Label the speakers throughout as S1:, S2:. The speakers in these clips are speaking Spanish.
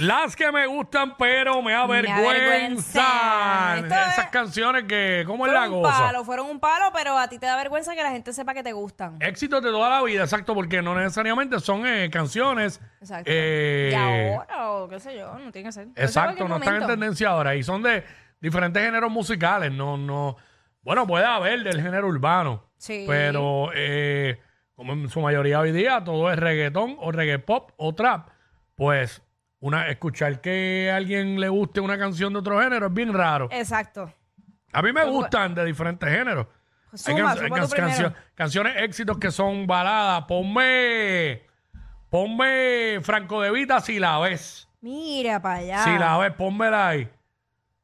S1: Las que me gustan, pero me avergüenzan.
S2: avergüenzan. Esto
S1: Esas
S2: es-
S1: canciones que, ¿cómo es la
S2: Fueron un
S1: cosa?
S2: palo, fueron un palo, pero a ti te da vergüenza que la gente sepa que te gustan.
S1: Éxitos de toda la vida, exacto, porque no necesariamente son eh, canciones.
S2: Exacto.
S1: eh,
S2: y ahora, o qué sé yo, no tiene que ser. Puede ser
S1: Exacto,
S2: cualquier
S1: no están en
S2: momento.
S1: tendencia ahora. Y son de diferentes géneros musicales. No, no. Bueno, puede haber del género urbano.
S2: Sí.
S1: Pero eh, como en su mayoría hoy día, todo es reggaetón o reggae pop o trap. Pues una, escuchar que a alguien le guste una canción de otro género es bien raro.
S2: Exacto. Pues
S1: A mí me gustan de diferentes géneros.
S2: Suma,
S1: can-
S2: suma
S1: can-
S2: tú primero.
S1: canciones éxitos que son baladas. Ponme, ponme Franco de Vita si la ves.
S2: Mira para allá.
S1: Si la ves, pónmela ahí.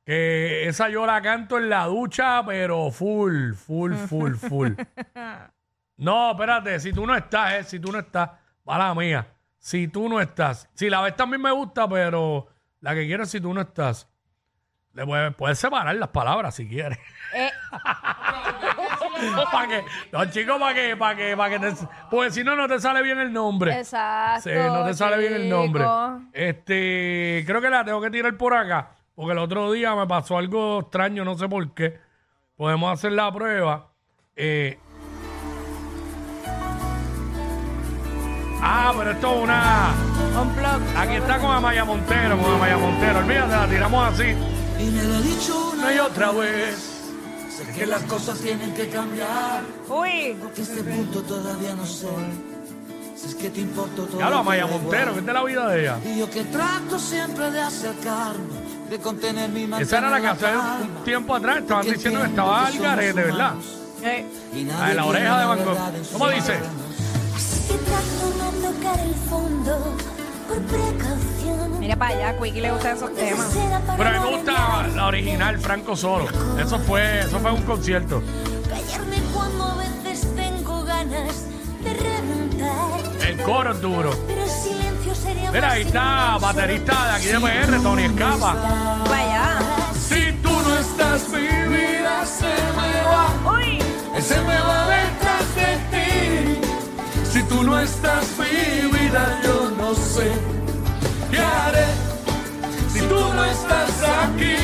S1: Que esa yo la canto en la ducha, pero full, full, full, full. no, espérate, si tú no estás, eh, si tú no estás, para mía. Si tú no estás. Si la ves también me gusta, pero la que quieres si tú no estás. Le puedes, puedes separar las palabras si quieres.
S2: Eh,
S1: para que, no, chicos, para que, para que, para que te- porque si no, no te sale bien el nombre.
S2: exacto.
S1: Sí, no te sale bien el nombre.
S2: chico.
S1: Este, creo que la tengo que tirar por acá, porque el otro día me pasó algo extraño, no sé por qué. Podemos hacer la prueba. Eh, Ah, pero esto es una. Aquí está con Amaya Montero, con Amaya Montero. Olvídate, la tiramos así.
S3: Y me lo he dicho una
S1: Una y otra vez.
S3: vez, sé que las cosas tienen que cambiar.
S2: Uy,
S3: Que este punto todavía no sé si es que te importo todo.
S1: Ya lo Amaya
S3: queda
S1: Montero, que
S3: igual.
S1: es de la vida de ella.
S3: Y yo que trato siempre de acercarme, de contener mi manera.
S1: Esa era la canción un tiempo atrás. Estaban diciendo que estaba al garete, ¿verdad?
S2: eh,
S1: La de la oreja de Van Gogh. ¿Cómo dice?
S4: Así que trato de tocar el fondo por precaución.
S2: mira para allá, Quickie le gustan esos temas.
S4: Será para
S1: Pero a mí me
S4: no
S1: gusta
S4: dañar,
S1: la original, Franco Soro. Eso fue, eso fue un concierto.
S4: Callarme cuando a veces tengo ganas de reventar.
S1: El coro es duro.
S4: Pero el silencio sería
S1: Mira,
S4: más
S1: ahí está,
S4: inmenso.
S1: baterista de aquí de PR, Tony Escapa.
S2: Para
S1: Si tú no estás, mi vida se me va.
S2: allá. Uy,
S1: Se me va detrás de ti. Si tú no estás, mi vida yo no sé qué haré. Si tú no estás aquí.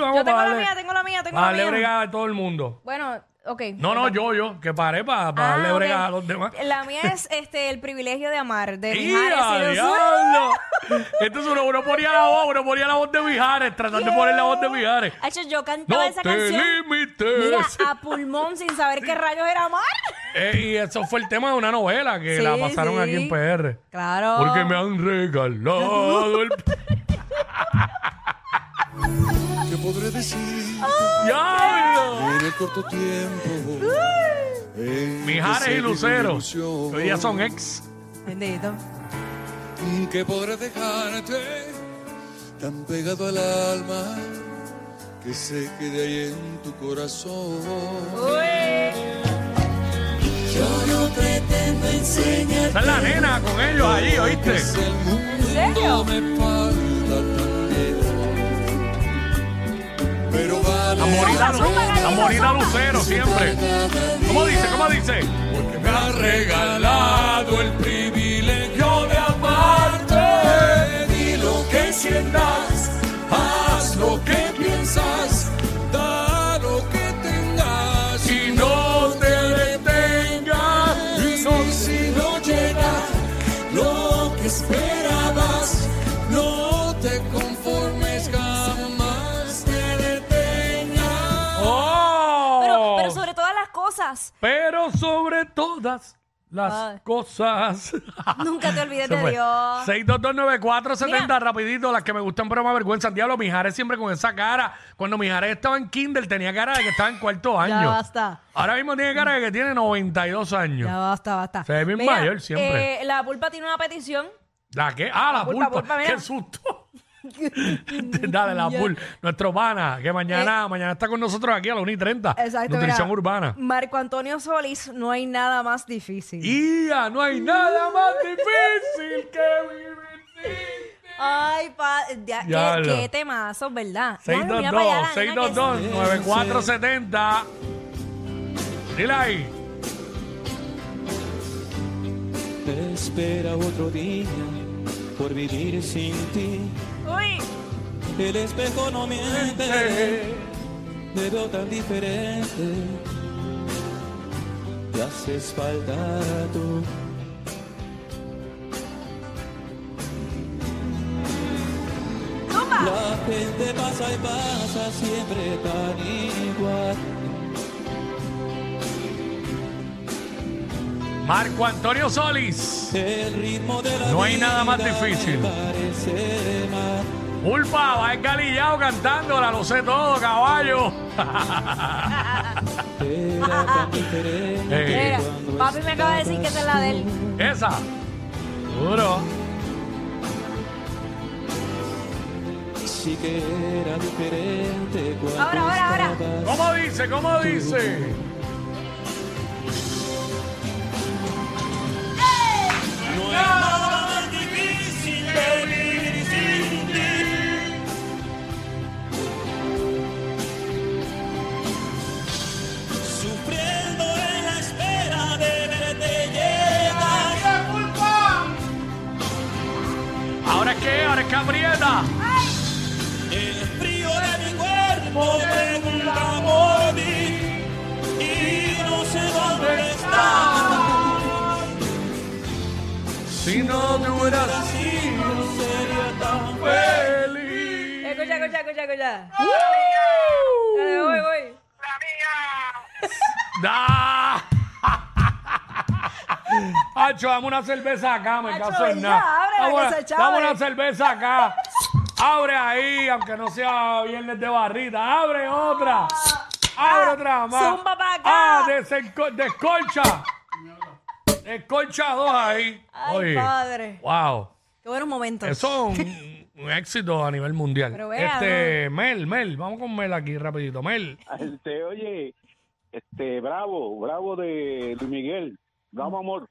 S1: Vamos,
S2: yo tengo la
S1: Oh, vale.
S2: mía, tengo la mía, tengo
S1: Vale,
S2: la mía.
S1: brigada de todo el mundo.
S2: Bueno, ok.
S1: No, no, yo, yo, que paré para,
S2: Ah,
S1: darle
S2: ok.
S1: brega a los demás.
S2: La mía es este el privilegio de amar, de
S1: ¡Y
S2: Mijares y los-
S1: diablo! Entonces uno, uno ponía la voz, uno ponía la voz de Mijares, tratando de poner la voz de Mijares.
S2: Hacho, yo
S1: No
S2: cantaba esa
S1: te
S2: canción.
S1: limites.
S2: Mira, ah. a pulmón sin saber qué rayos era amar.
S1: Eh, y eso fue el tema de una novela que
S2: Sí,
S1: la pasaron
S2: sí. Oh.
S1: aquí en PR.
S2: Claro.
S1: Porque me han regalado el...
S5: ¿Qué podré decir
S1: Ah. ¡Diablo!
S5: en el corto tiempo? En que
S1: Mijares
S5: se
S1: y
S5: vive
S1: Lucero,
S5: ilusión.
S1: que hoy día son ex.
S2: Bendito.
S5: ¿Qué podré dejarte tan pegado al alma que se quede ahí en tu corazón?
S3: Yo no pretendo enseñar.
S1: Esa es la nena con ellos allí, ¿oíste?
S5: Si el mundo
S2: serio?
S5: me falta tanto, pero
S1: La
S5: vale
S1: morita, la morita Lucero, siempre. ¿Cómo dice? ¿Cómo dice?
S5: porque me ha regalado el privilegio de amarte. Di lo que sientas, haz lo que piensas, da lo que tengas y no te detengas. Y no- si no llega lo que esperabas, no te conformes jamás, te detengas.
S1: ¡Oh!
S2: Pero, pero sobre todas las cosas,
S1: Pero sobre todas las
S2: Ay.
S1: cosas.
S2: nunca te olvides de Dios.
S1: 6229470,
S2: Mira.
S1: rapidito, las que me gustan, pero me avergüenzan. Diablo, Mijares siempre con esa cara. Cuando Mijares estaba en kinder, tenía cara de que estaba en cuarto año.
S2: basta.
S1: Ahora mismo tiene cara de que tiene 92 años.
S2: Ya basta, basta.
S1: Se ve bien mayor siempre.
S2: eh, la pulpa tiene una petición.
S1: ¿La qué? Ah, la,
S2: pulpa,
S1: pulpa.
S2: pulpa, mira.
S1: ¡Qué susto! Dale, la Bull, nuestro pana, que
S2: Eh.
S1: mañana, mañana está con nosotros aquí a las 1 y 30.
S6: Exacto.
S1: Nutrición
S6: mira.
S1: urbana.
S6: Marco Antonio Solís, no hay nada más difícil.
S1: Y ya, no hay nada más difícil que vivir sin ti.
S2: Ay, pa, ya, qué,
S1: Diablo.
S2: qué temazos, ¿verdad? Diablo, mira para allá la nena que
S1: 622-9470. Dile ahí.
S7: espera otro día por vivir sin ti.
S2: Uy,
S7: El espejo no miente, me veo tan diferente. Te haces falta tú. La gente pasa y pasa siempre tan igual.
S1: Marco Antonio Solís.
S7: El ritmo de la
S1: No hay nada más
S7: vida me
S1: difícil.
S7: Parece mal.
S1: Pulpa, va engalillado cantándola, lo sé todo, caballo.
S7: Era tan diferente
S1: Ey,
S2: mira, papi me acaba de decir que esa es la de él.
S1: Eh, esa. Duro.
S7: Sí que era diferente cuando
S2: Ahora, ahora, ahora.
S7: estabas
S1: ¿Cómo dice? ¿Cómo dice?
S7: Sufriendo en la espera de verte llegar
S1: ¿Ahora es que Ahora es que aprieta.
S7: El frío de mi cuerpo pregunta por ti Y no sé dónde estás
S1: Si no te hubieras
S7: Y no sería tan
S1: feliz.
S2: Escucha, escucha, escucha, escucha. Dale, voy, voy.
S1: ¡Da! ¡Ah! Hacho, dame una cerveza acá, me
S6: Hacho,
S1: caso en
S6: ya,
S1: nada.
S6: ábrela,
S1: Dame
S6: que
S1: una-
S6: se chave.
S1: dame
S2: eh.
S1: una cerveza acá. Abre ahí, aunque no sea viernes de barrita. Abre otra. Abre
S2: Ah,
S1: otra más.
S2: zumba pa' acá.
S1: Ah, desenco- descolcha. Descolcha dos ahí.
S2: Ay,
S1: Oye,
S2: padre.
S1: Wow.
S2: Qué buenos momentos.
S1: Eso es un, un éxito a nivel mundial.
S2: Pero vea,
S1: este, Mel, Mel, vamos con Mel aquí rapidito. Mel,
S8: Este, oye, este, bravo, bravo de Luis Miguel. Bravo amor.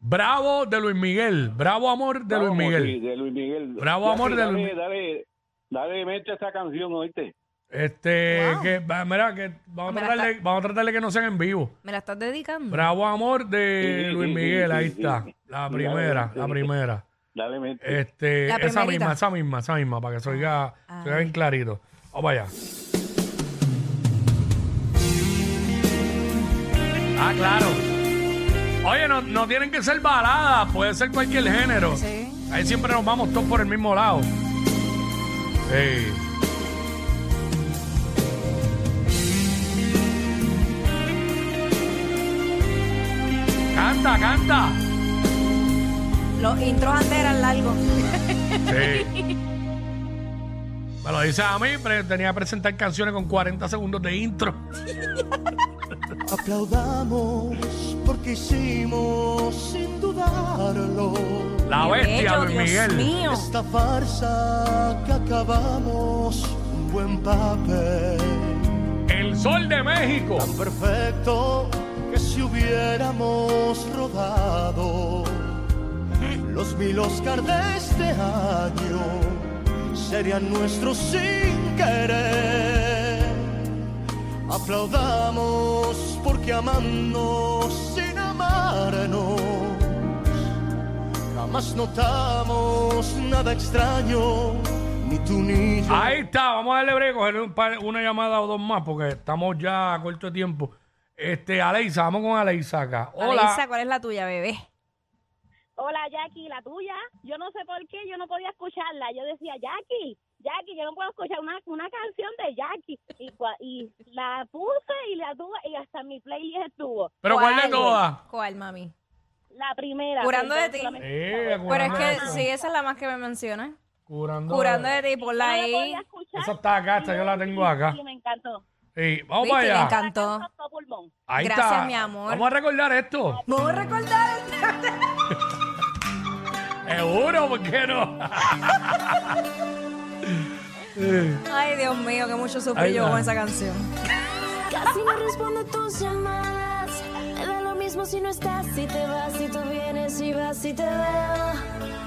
S1: bravo de Luis Miguel. Bravo amor de
S8: Bravo,
S1: Luis Miguel.
S8: sí, de Luis Miguel.
S1: Bravo
S8: Ya
S1: amor
S8: sí,
S1: de
S8: dale,
S1: Luis-
S8: Dale, dale, mete a esa canción, oíste.
S1: Este,
S2: Wow.
S1: que, va- mira, que vamos a,
S2: Mira,
S1: tratarle, vamos a tratar de que no sean en vivo.
S2: ¿Me la estás dedicando?
S1: Bravo amor de
S8: Sí, sí,
S1: Luis
S8: sí,
S1: Miguel,
S8: sí,
S1: ahí
S8: sí,
S1: está.
S8: sí.
S1: La
S8: Sí,
S1: primera,
S8: sí,
S1: la
S8: sí.
S1: primera.
S8: Dale, mete.
S1: Este,
S2: La
S1: esa
S2: primerita. Ah,
S1: misma, esa misma, esa misma, para que se oiga, se oiga bien clarito. Vamos allá. Ah, claro. Oye, no, no tienen que ser baladas, puede ser cualquier género.
S2: Sí.
S1: Ahí siempre nos vamos todos por el mismo lado. Sí. Canta, canta.
S2: Los intros antes eran largos.
S1: Sí. Me lo dices a mí, pero tenía que presentar canciones con 40 segundos de intro.
S3: Aplaudamos porque hicimos sin dudarlo
S1: La
S2: Qué
S1: bestia,
S2: bello,
S1: Luis
S2: Dios
S1: Miguel.
S2: mío.
S3: esta farsa que acabamos. Un buen papel,
S1: El sol de México.
S3: tan perfecto que si hubiéramos rodado los mil Oscar de este año serían nuestros sin querer. Aplaudamos porque amamos sin amarnos. Jamás notamos nada extraño, ni tú ni yo.
S1: Ahí está, vamos a darle breve, coger un par- una llamada o dos más porque estamos ya a corto de tiempo. Este, Aleisa, vamos con Aleisa acá. Hola.
S2: Alexa, ¿cuál es la tuya, bebé?
S9: Hola Jackie, la tuya. Yo no sé por qué yo no podía escucharla. Yo decía, Jackie, Jackie, yo no puedo escuchar una, una canción de Jackie. Y, cua- y la puse y la tuve y hasta mi playlist estuvo.
S1: Pero ¿cuál de todas?
S2: ¿Cuál, mami?
S9: La primera.
S2: Curando
S9: perdón,
S2: de ti.
S9: solamente-
S1: Eh,
S2: Pero es
S1: curando
S2: que
S1: de ti.
S2: sí, esa es la más que me mencionas.
S1: Curando,
S2: Curando
S1: de-
S2: de ti, ponla
S9: Yo no
S2: ahí.
S9: podía escuchar.
S1: Esa está acá, esta yo la tengo acá.
S9: Y me encantó.
S1: Sí, vamos
S2: Viste,
S1: para
S2: me
S1: allá.
S2: encanta. Encantó.
S9: La cantó a pulmón.
S1: Ahí
S2: Gracias,
S1: está.
S2: mi amor.
S1: Vamos a recordar esto.
S6: Vamos a recordar
S1: Seguro, ¿por qué no?
S6: Ay, Dios mío, que mucho
S1: Ahí
S6: sufrí yo
S1: va.
S6: con esa canción.
S4: Casi no respondo a tus llamadas. Me da lo mismo si no estás, si te vas, si tú vienes, si vas, si te veo.